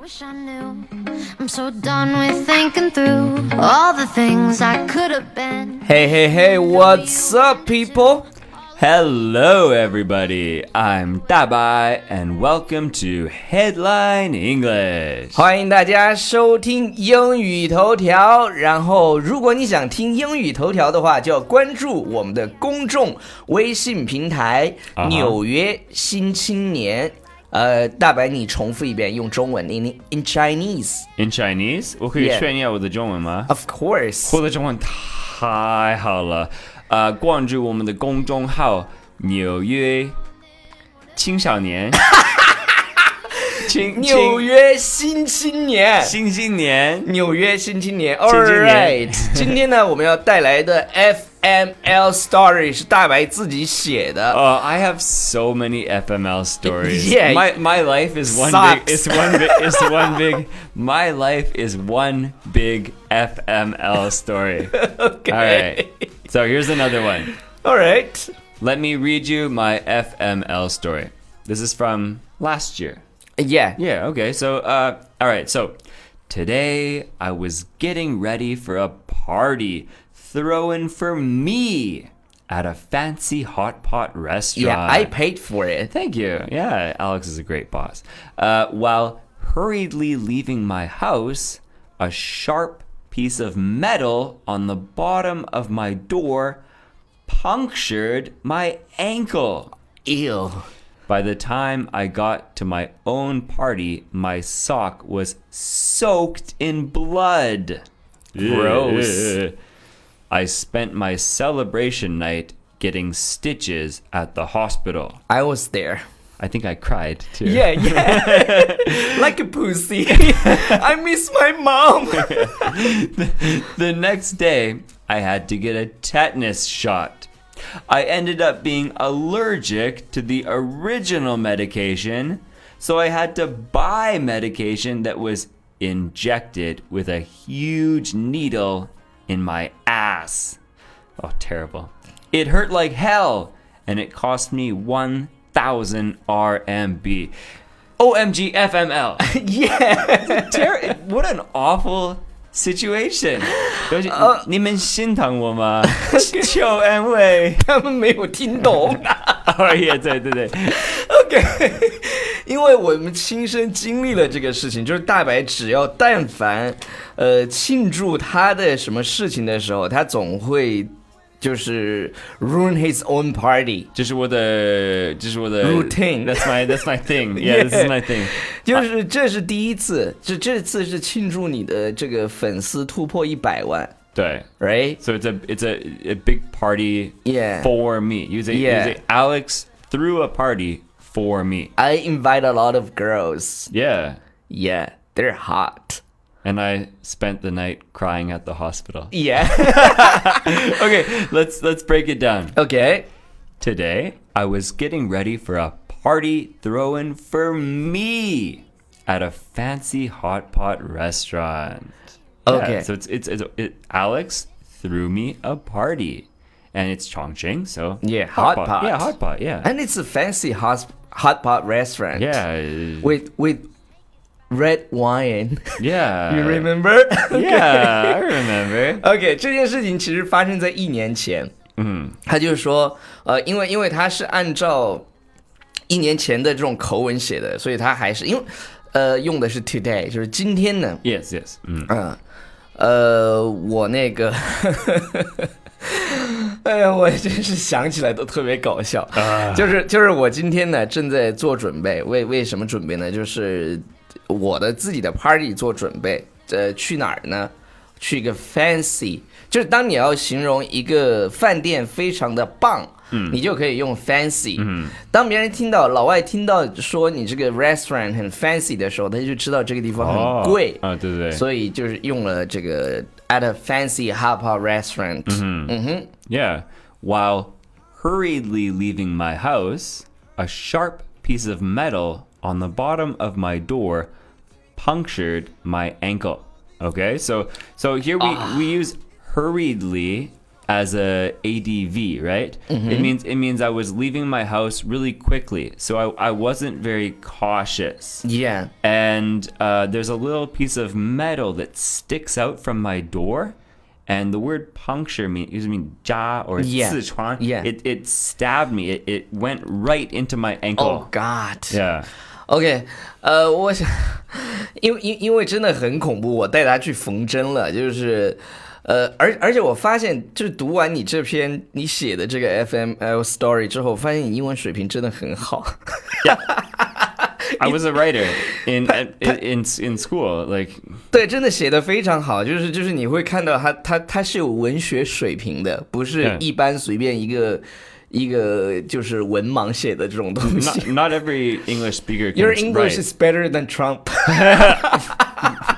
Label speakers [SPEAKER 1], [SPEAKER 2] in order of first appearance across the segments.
[SPEAKER 1] wish I knew. I'm so done with thinking through all the things I could have been.
[SPEAKER 2] Hey, hey, hey, what's up, people? Hello, everybody. I'm Dabai, and welcome to Headline English.
[SPEAKER 3] 欢迎大家收听英语头条。然后，如果你想听英语头条的话，就要关注我们的公众微信平台
[SPEAKER 2] 啊哈
[SPEAKER 3] 《纽约新青年》。呃，大白，你重复一遍，用中文，in in Chinese。
[SPEAKER 2] In Chinese，我可以
[SPEAKER 3] Yeah.
[SPEAKER 2] 炫耀我的中文吗
[SPEAKER 3] Of course，
[SPEAKER 2] 我的中文太好了。呃，关注我们的公众号“纽约青少 年”，青
[SPEAKER 3] 纽约新青年。
[SPEAKER 2] 新青年。
[SPEAKER 3] 纽约新青年
[SPEAKER 2] 新青
[SPEAKER 3] ，All
[SPEAKER 2] 年
[SPEAKER 3] right，今天呢，我们要带来的 FML story 是大白自己写 的。
[SPEAKER 2] Oh, I have so many FML stories.
[SPEAKER 3] Yeah.
[SPEAKER 2] my my life is one
[SPEAKER 3] Sucks.
[SPEAKER 2] big. It's one big. It's one big. My life is one big FML story.
[SPEAKER 3] Okay.
[SPEAKER 2] All right. So here's another one.
[SPEAKER 3] All right.
[SPEAKER 2] Let me read you my FML story. This is from last year.
[SPEAKER 3] Yeah.
[SPEAKER 2] Yeah. Okay. So, uh, all right. So today I was getting ready for a party thrown for me at a fancy hot pot restaurant.
[SPEAKER 3] Yeah, I paid for it.
[SPEAKER 2] Thank you. Yeah, Alex is a great boss. Uh, while hurriedly leaving my house, a sharp piece of metal on the bottom of my door punctured my ankle.
[SPEAKER 3] Ew.
[SPEAKER 2] By the time I got to my own party, my sock was soaked in blood. Gross. I spent my celebration night getting stitches at the hospital.
[SPEAKER 3] I was there.
[SPEAKER 2] I think I cried too.
[SPEAKER 3] Yeah, yeah. like a pussy. I miss my mom.
[SPEAKER 2] The next day, I had to get a tetanus shot. I ended up being allergic to the original medication, so I had to buy medication that was injected with a huge needle in my ass. Oh, terrible. It hurt like hell, and it cost me 1,000 RMB. OMG FML.
[SPEAKER 3] yeah.
[SPEAKER 2] Ter- what an awful situation. 都是- 你们心疼我吗？求安慰。
[SPEAKER 3] 他们没有听懂。
[SPEAKER 2] Oh, yeah, 对，对，对。
[SPEAKER 3] 因为我们亲身经历了这个事情，就是大白只要但凡，呃，庆祝他的什么事情的时候，他总会就是 ruin his own party，
[SPEAKER 2] 这是我的-这是我的-
[SPEAKER 3] Routine.
[SPEAKER 2] That's my that's my thing. Yeah, this is my thing.
[SPEAKER 3] 就是这是第一次，这这次是庆祝你的这个粉丝突破一百万，right？
[SPEAKER 2] So it's a it's a, a big party
[SPEAKER 3] Yeah.
[SPEAKER 2] for me. You say,
[SPEAKER 3] Yeah.
[SPEAKER 2] you say Alex threw a party for me.
[SPEAKER 3] I invite a lot of girls.
[SPEAKER 2] Yeah.
[SPEAKER 3] Yeah, they're hot.
[SPEAKER 2] And I spent the night crying at the hospital.
[SPEAKER 3] Yeah.
[SPEAKER 2] Okay, let's let's break it down.
[SPEAKER 3] okay.
[SPEAKER 2] Today, I was getting ready for a party thrown for me at a fancy hot pot restaurant. Yeah,
[SPEAKER 3] Okay.
[SPEAKER 2] so it's it's, it's it, Alex threw me a party, and it's Chongqing, so
[SPEAKER 3] Yeah, hot pot.
[SPEAKER 2] Yeah, hot pot. Yeah,
[SPEAKER 3] And it's a fancy hot hot pot restaurant.
[SPEAKER 2] yeah,
[SPEAKER 3] With with red wine.
[SPEAKER 2] yeah.
[SPEAKER 3] You remember?
[SPEAKER 2] Yeah, I remember.
[SPEAKER 3] OK，这件事情其实发生在一年前。嗯，他就说，呃，因为因为他是按照一年前的这种口吻写的，所以他还是因为，呃，用的是 today，就是今天呢。
[SPEAKER 2] Yes, yes. Mm.
[SPEAKER 3] 嗯，呃，我那个， 哎呀，我真是想起来都特别搞笑。就是就是我今天呢正在做准备，为为什么准备呢？就是我的自己的 party 做准备。呃，去哪儿呢？去一个 fancy，就是当你要形容一个饭店非常的棒，嗯，你就可以用 fancy。嗯，当别人听到老外听到说你这个 restaurant 很 fancy 的时候，他就知道这个地方很贵。
[SPEAKER 2] Oh, 啊，对对对。
[SPEAKER 3] 所以就是用了这个 at a fancy hop o restaurant。嗯哼
[SPEAKER 2] Yeah. While hurriedly leaving my house, a sharp piece of metal on the bottom of my door punctured my ankle. Okay, so so here we, we use hurriedly as a ADV, right? It means it means I was leaving my house really quickly, so I, I wasn't very cautious.
[SPEAKER 3] Yeah.
[SPEAKER 2] And uh, there's a little piece of metal that sticks out from my door, and the word puncture mean excuse me ja or
[SPEAKER 3] Yeah.
[SPEAKER 2] Sichuan.
[SPEAKER 3] Yeah.
[SPEAKER 2] It it stabbed me. It it went right into my
[SPEAKER 3] Oh
[SPEAKER 2] ankle.
[SPEAKER 3] God。
[SPEAKER 2] Yeah.
[SPEAKER 3] OK，呃，我想，因为因因为真的很恐怖，我带他去缝针了，就是，呃，而而且我发现，就是读完你这篇你写的这个 FML story 之后，发现你英文水平真的很好。
[SPEAKER 2] I was a writer in in, in in school. Like
[SPEAKER 3] 对，真的写的非常好，就是就是你会看到他他他是有文学水平的，不是
[SPEAKER 2] 对
[SPEAKER 3] 一般随便一个一个就是文盲写的这种东西
[SPEAKER 2] not,。not every English speaker can
[SPEAKER 3] Your English
[SPEAKER 2] write.
[SPEAKER 3] is better than Trump.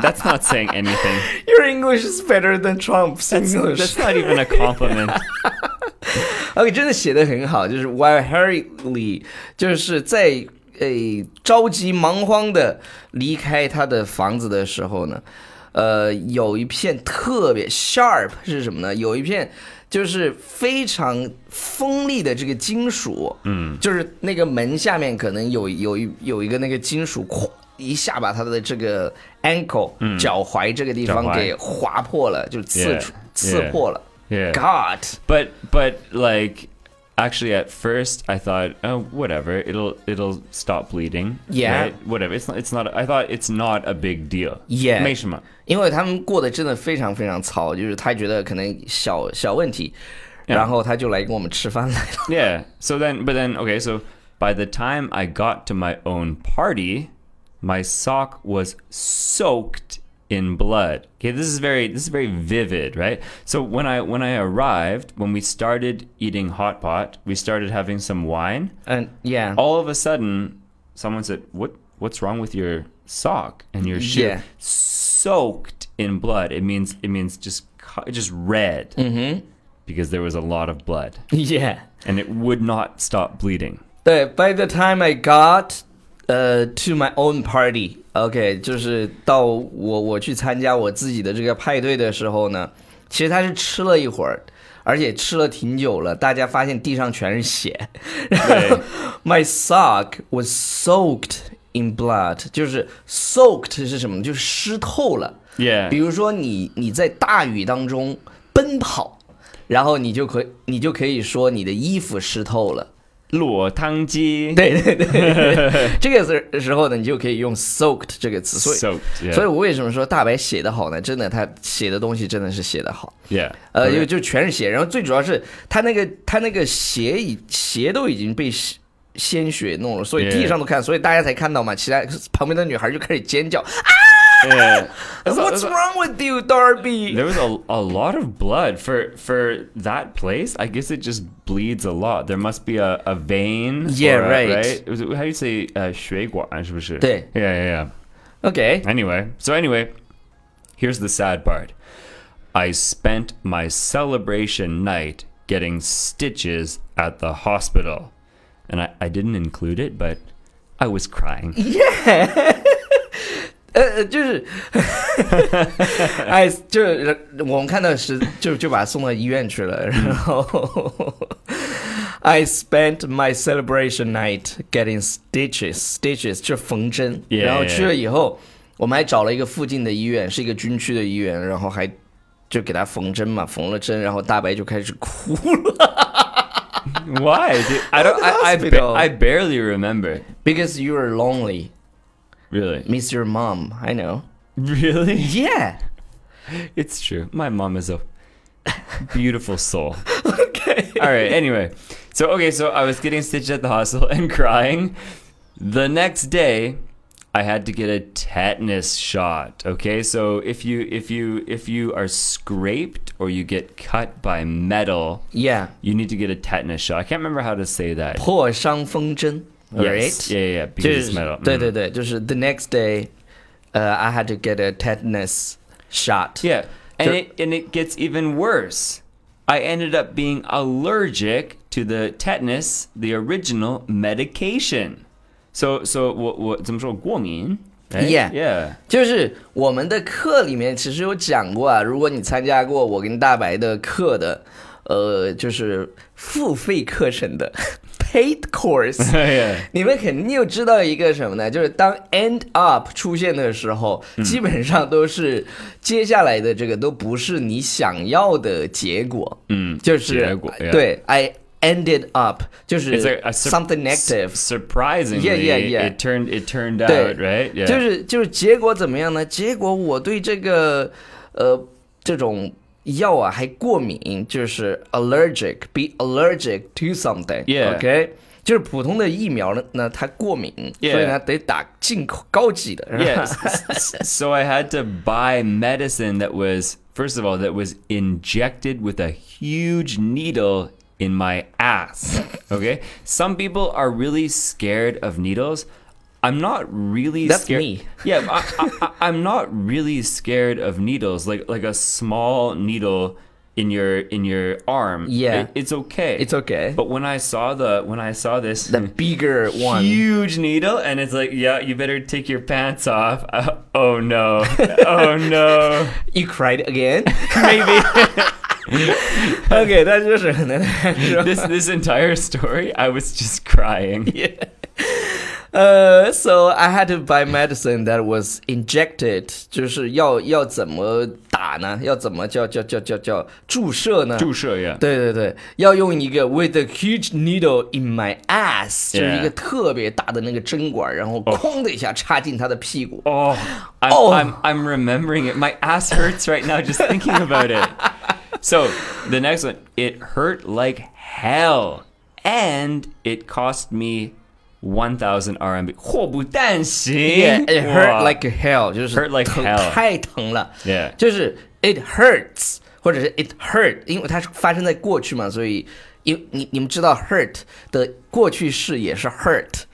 [SPEAKER 2] That's not saying anything.
[SPEAKER 3] Your English is better than Trump's English.
[SPEAKER 2] That's not even a compliment.
[SPEAKER 3] OK，真的写的很好，就是 While hurriedly，就是在诶着急忙慌的离开他的房子的时候呢，呃，有一片特别 sharp 是什么呢？有一片就是非常锋利的这个金属，嗯，就是那个门下面可能有有一有一个那个金属，哐一下把他的这个 ankle、脚踝这个地
[SPEAKER 2] 嗯脚
[SPEAKER 3] 方
[SPEAKER 2] 踝
[SPEAKER 3] 给划破了，就刺
[SPEAKER 2] Yeah，
[SPEAKER 3] 出刺
[SPEAKER 2] yeah
[SPEAKER 3] 破了。
[SPEAKER 2] Yeah.
[SPEAKER 3] God，
[SPEAKER 2] But but like actually at first I thought oh whatever it'll it'll stop bleeding
[SPEAKER 3] Yeah.
[SPEAKER 2] right? whatever it's not it's not I thought it's not a big deal
[SPEAKER 3] Yeah.
[SPEAKER 2] 没什么
[SPEAKER 3] 因为他们过得真的非常非常糙，就是他觉得可能小小问题，然后他就来跟我们吃饭来了。
[SPEAKER 2] yeah so then but then okay so by the time I got to my own party my sock was soaked in blood okay this is very this is very vivid right so when I when I arrived when we started eating hot pot we started having some wine
[SPEAKER 3] 嗯，Yeah，
[SPEAKER 2] all of a sudden someone said what what's wrong with your sock and your shoe
[SPEAKER 3] Yeah.
[SPEAKER 2] soaked in blood it means it means just co- just red
[SPEAKER 3] Mm-hmm.
[SPEAKER 2] because there was a lot of blood
[SPEAKER 3] Yeah，
[SPEAKER 2] and it would not stop bleeding
[SPEAKER 3] 对，By the time I got，呃、t o my own party，OK，、就是到我我去参加我自己的这个派对的时候呢，其实他是吃了一会儿，而且吃了挺久了，大家发现地上全是血。My sock was soaked in blood，就是 soaked 是什么？就是湿透了。
[SPEAKER 2] Yeah.
[SPEAKER 3] 比如说你你在大雨当中奔跑，然后你就可你就可以说你的衣服湿透了。
[SPEAKER 2] 裸汤鸡
[SPEAKER 3] 对对对对，这个时时候呢，你就可以用 soaked 这个词。所以
[SPEAKER 2] soaked yeah
[SPEAKER 3] 所以我为什么说大白写的好呢？真的，他写的东西真的是写的好。
[SPEAKER 2] yeah
[SPEAKER 3] 呃，
[SPEAKER 2] Okay.
[SPEAKER 3] 就就全是血，然后最主要是他那个他那个血已血都已经被血鲜血弄了，所以
[SPEAKER 2] Yeah.
[SPEAKER 3] 地上都看，所以大家才看到嘛。其他旁边的女孩就开始尖叫啊
[SPEAKER 2] yeah That's all- that's
[SPEAKER 3] ，What's
[SPEAKER 2] all-
[SPEAKER 3] wrong with you, Darby？
[SPEAKER 2] there was a, a lot of blood for for that place. I guess it just bleeds a lot. There must be a, a vein.
[SPEAKER 3] Yeah,
[SPEAKER 2] or a-
[SPEAKER 3] right.
[SPEAKER 2] Right. Was it- How do you say uh, 血管是不是?
[SPEAKER 3] 对。
[SPEAKER 2] Yeah, yeah,
[SPEAKER 3] OK，
[SPEAKER 2] yeah. Anyway, so anyway, here's the sad part. I spent my celebration night getting stitches at the hospital, and I, I didn't include it, but I was crying.
[SPEAKER 3] 呃，呃就是哎，就是我们看到是就就把他送到医院去了，
[SPEAKER 2] 嗯
[SPEAKER 3] 然后 I spent my celebration night getting stitches stitches 就缝针
[SPEAKER 2] Yeah,
[SPEAKER 3] 然后去
[SPEAKER 2] yeah,
[SPEAKER 3] 了以后，我们还找了一个附近的医院，是一个军区的医院，然后还就给他缝针嘛，缝了针，然后大白就开始哭了
[SPEAKER 2] Why? Dude, I don't. I, I, ba-
[SPEAKER 3] hospital.
[SPEAKER 2] I barely remember.
[SPEAKER 3] ，because you were lonely,
[SPEAKER 2] Really?
[SPEAKER 3] miss your mom, I know,
[SPEAKER 2] Really?
[SPEAKER 3] yeah.
[SPEAKER 2] It's true. My mom is a beautiful soul. okay. All right. Anyway, so okay, so I was getting stitched at the hospital and crying. The next day, I had to get a tetanus shot. Okay, so if you if you if you are scraped or you get cut by metal,
[SPEAKER 3] Yeah，
[SPEAKER 2] you need to get a tetanus shot. I can't remember how to say that.
[SPEAKER 3] 破伤风针 a l r i
[SPEAKER 2] Yes.
[SPEAKER 3] g h
[SPEAKER 2] Yeah,
[SPEAKER 3] t
[SPEAKER 2] yeah, yeah.
[SPEAKER 3] 就
[SPEAKER 2] Because
[SPEAKER 3] 是
[SPEAKER 2] it's metal.
[SPEAKER 3] 对
[SPEAKER 2] Mhm.
[SPEAKER 3] 对对，就是 the next day，呃、i had to get a tetanus shot。
[SPEAKER 2] Yeah. And
[SPEAKER 3] There-
[SPEAKER 2] it, and it gets even worse. I ended up being allergic to the tetanus, the original medication. So so 我我怎么说过敏 right?
[SPEAKER 3] Yeah.
[SPEAKER 2] Yeah.
[SPEAKER 3] 就是我们的课里面其实有讲过啊，如果你参加过我跟大白的课的，呃，就是付费课程的 paid course。
[SPEAKER 2] yeah.
[SPEAKER 3] 你们肯定又知道一个什么呢？就是当 end up 出现的时候，
[SPEAKER 2] 嗯
[SPEAKER 3] 基本上都是接下来的这个都不是你想要的结果，
[SPEAKER 2] 嗯，
[SPEAKER 3] 就是
[SPEAKER 2] 结果，yeah.
[SPEAKER 3] 对 I ended up 就是
[SPEAKER 2] It's like a sur-
[SPEAKER 3] something
[SPEAKER 2] su-
[SPEAKER 3] negative，
[SPEAKER 2] surprisingly,
[SPEAKER 3] Yeah, yeah, yeah.
[SPEAKER 2] It turned it turned
[SPEAKER 3] 对
[SPEAKER 2] out right. 呃 Yeah.
[SPEAKER 3] 就是就是结果怎么样呢？结果我对这个呃这种药啊还过敏，就是 allergic，be allergic to something。
[SPEAKER 2] Yeah.
[SPEAKER 3] OK，就是普通的疫苗呢，那它过敏
[SPEAKER 2] Yeah.
[SPEAKER 3] 所以呢得打进口高级的。是吧
[SPEAKER 2] yes. so I had to buy medicine that was, first of all, that was injected with a huge needle in my ass. Okay. Some people are really scared of needles. I'm not really
[SPEAKER 3] That's
[SPEAKER 2] scared.
[SPEAKER 3] me.
[SPEAKER 2] Yeah, I, I, I, I'm not really scared of needles. Like like a small needle in your in your arm.
[SPEAKER 3] Yeah.
[SPEAKER 2] It- it's okay.
[SPEAKER 3] It's okay.
[SPEAKER 2] But when I saw the when I saw this hmm,
[SPEAKER 3] The bigger one.
[SPEAKER 2] huge needle and it's like yeah you better take your pants off Uh, oh no oh no
[SPEAKER 3] You cried again.
[SPEAKER 2] maybe
[SPEAKER 3] OK，那就是很难 说。
[SPEAKER 2] this this entire story i was just crying
[SPEAKER 3] Uh, so I had to buy medicine that was injected，就是要要怎么打呢？要怎么叫叫叫叫叫注射呢？
[SPEAKER 2] 注射呀。
[SPEAKER 3] 对对对，要用一个 with a huge needle in my ass，就是
[SPEAKER 2] Yeah. 哦
[SPEAKER 3] 一个特别大的那个针管，然后哐的一下插进他的屁股。
[SPEAKER 2] oh I'm,
[SPEAKER 3] Oh.
[SPEAKER 2] I'm i'm remembering it my ass hurts right now just thinking about it so the next one it hurt like hell and it cost me 1000 rmb 货不但行
[SPEAKER 3] Yeah, it 哎 hurt
[SPEAKER 2] Wow.
[SPEAKER 3] like hell，就是
[SPEAKER 2] Hurt like
[SPEAKER 3] 疼
[SPEAKER 2] hell
[SPEAKER 3] 太疼了。
[SPEAKER 2] Yeah
[SPEAKER 3] 就是 it hurts，或者是 it hurt，因为它是发生在过去嘛，所以因你你们知道 hurt 的过去式也是 hurt。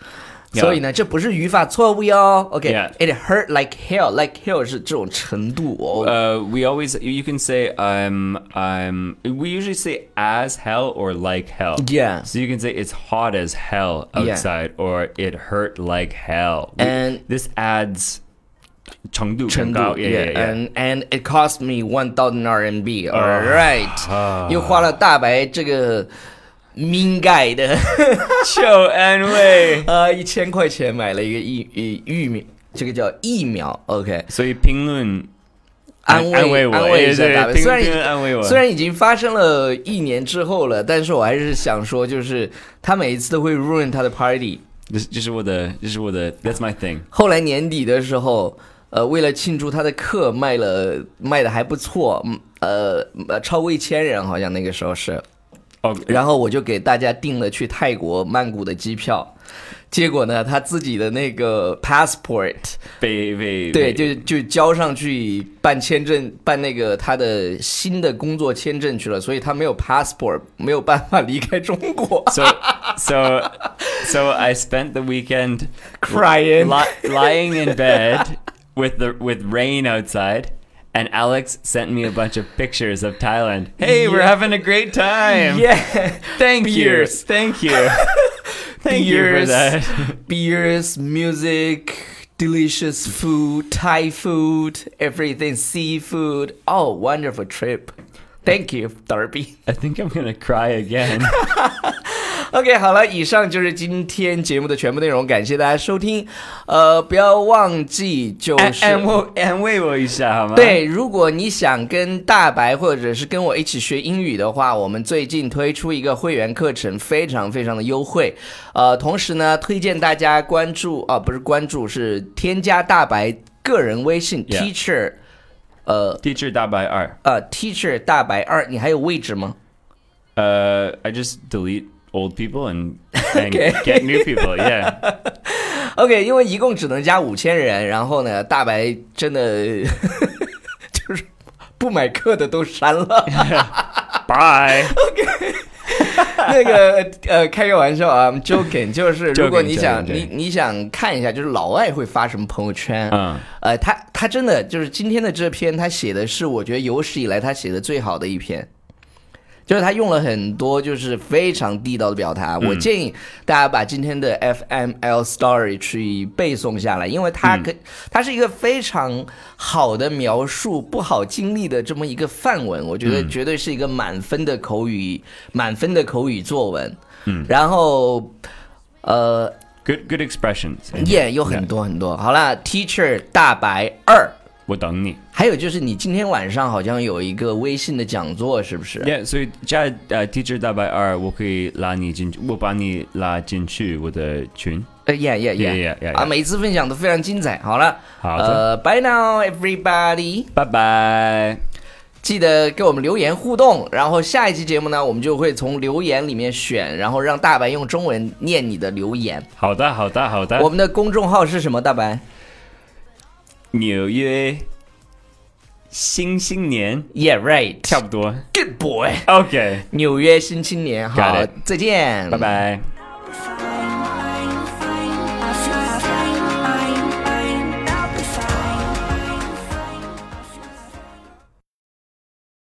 [SPEAKER 2] Yeah
[SPEAKER 3] 所以呢，这不是语法错误哟。
[SPEAKER 2] Yeah
[SPEAKER 3] OK，it、hurt like hell，like hell 是这种程度哦。
[SPEAKER 2] Uh, we always you you can say I'm I'm. We usually say as hell or like hell.
[SPEAKER 3] Yeah.
[SPEAKER 2] So you can say it's hot as hell
[SPEAKER 3] Yeah.
[SPEAKER 2] outside or it hurt like hell. We-
[SPEAKER 3] And-
[SPEAKER 2] this adds 程度
[SPEAKER 3] 程度
[SPEAKER 2] 很高。Yeah, yeah, yeah.
[SPEAKER 3] and and it cost me one thousand RMB.
[SPEAKER 2] 啊
[SPEAKER 3] All right，、又花了大白这个敏感的
[SPEAKER 2] Cho Anwei.
[SPEAKER 3] 呃一千块钱买了一个疫疫疫苗，这个叫疫苗。OK，
[SPEAKER 2] 所以评论
[SPEAKER 3] 安慰
[SPEAKER 2] 哎安慰我，
[SPEAKER 3] 安慰一下
[SPEAKER 2] 对，
[SPEAKER 3] 大白。
[SPEAKER 2] 评-
[SPEAKER 3] 虽然已
[SPEAKER 2] 评论安慰我。
[SPEAKER 3] 虽然已经发生了一年之后了，但是我还是想说，就是他每一次都会 ruin 他的 party。
[SPEAKER 2] 这-这是我的-这是我的- That's my thing.
[SPEAKER 3] 后来年底的时候，呃，为了庆祝他的课卖了卖的还不错，嗯呃呃，超过一千人，好像那个时候是。
[SPEAKER 2] Oh,
[SPEAKER 3] 然后我就给大家订了去泰国曼谷的机票，结果呢，他自己的那个 passport，
[SPEAKER 2] 被-被-被
[SPEAKER 3] 对，
[SPEAKER 2] -
[SPEAKER 3] 就就交上去办签证，办那个他的新的工作签证去了，所以他没有 passport，没有办法离开中 国
[SPEAKER 2] So so so I spent the weekend
[SPEAKER 3] ，crying。
[SPEAKER 2] li- lying in bed with the with rain outside, and Alex sent me a bunch of pictures of Thailand. Hey, we're
[SPEAKER 3] Yeah.
[SPEAKER 2] having a great time.
[SPEAKER 3] Yeah,
[SPEAKER 2] thank
[SPEAKER 3] beers.
[SPEAKER 2] you, thank you, thank you for
[SPEAKER 3] beers,
[SPEAKER 2] that.
[SPEAKER 3] beers, music, delicious food, Thai food, everything, seafood. Oh, wonderful trip. Thank you, Darby.
[SPEAKER 2] I think I'm gonna cry again.
[SPEAKER 3] OK，好了，以上就是今天节目的全部内容，感谢大家收听。呃，不要忘记就是。
[SPEAKER 2] 安慰我，安慰我一下好吗？
[SPEAKER 3] 对，如果你想跟大白或者是跟我一起学英语的话，我们最近推出一个会员课程，非常非常的优惠。呃，同时呢，推荐大家关注啊、不是关注，是添加大白个人微信
[SPEAKER 2] Yeah
[SPEAKER 3] teacher，呃
[SPEAKER 2] Teacher 大白二.
[SPEAKER 3] 呃 teacher 大白二，你还有位置吗？
[SPEAKER 2] Uh, I just delete old people and, and get new people. Yeah.
[SPEAKER 3] OK，因为一共只能加五千人，然后呢，大白真的 就是不买课的都删了。
[SPEAKER 2] Bye.
[SPEAKER 3] 那个呃，开个玩笑啊，I'm joking，就是如果
[SPEAKER 2] Joking，
[SPEAKER 3] 你想
[SPEAKER 2] joking，
[SPEAKER 3] 你
[SPEAKER 2] joking
[SPEAKER 3] 你想看一下，就是老外会发什么朋友圈，
[SPEAKER 2] 嗯，
[SPEAKER 3] 呃，他他真的就是今天的这篇，他写的是我觉得有史以来他写的最好的一篇。就是他用了很多就是非常地道的表达。我建议大家把今天的 FML Story 去背诵下来，因为它可、它是一个非常好的描述不好经历的这么一个范文，我觉得绝对是一个满分的口语、满分的口语作文。嗯，然后呃
[SPEAKER 2] Good good expressions.
[SPEAKER 3] 也
[SPEAKER 2] 嗯
[SPEAKER 3] 有很多很多。好了，Teacher 大白二。
[SPEAKER 2] 我等你。
[SPEAKER 3] 还有就是，你今天晚上好像有一个微信的讲座，是不是？
[SPEAKER 2] Yeah，所以加呃 teacher 大白二，我可以拉你进去，我把你拉进去我的群。
[SPEAKER 3] 呃，yeah
[SPEAKER 2] Yeah,
[SPEAKER 3] yeah
[SPEAKER 2] yeah, yeah,
[SPEAKER 3] yeah 啊，
[SPEAKER 2] yeah.
[SPEAKER 3] 每次分享都非常精彩。好了，
[SPEAKER 2] 好的
[SPEAKER 3] 呃，bye now everybody，
[SPEAKER 2] 拜拜。
[SPEAKER 3] 记得给我们留言互动，然后下一期节目呢，我们就会从留言里面选，然后让大白用中文念你的留言。
[SPEAKER 2] 好的，好的，好的。
[SPEAKER 3] 我们的公众号是什么？大白
[SPEAKER 2] 纽约新青年，
[SPEAKER 3] ，yeah right，
[SPEAKER 2] 差不多。
[SPEAKER 3] good boy，
[SPEAKER 2] OK，
[SPEAKER 3] 纽约新青年，好
[SPEAKER 2] Got it，
[SPEAKER 3] 再见，
[SPEAKER 2] 拜。拜。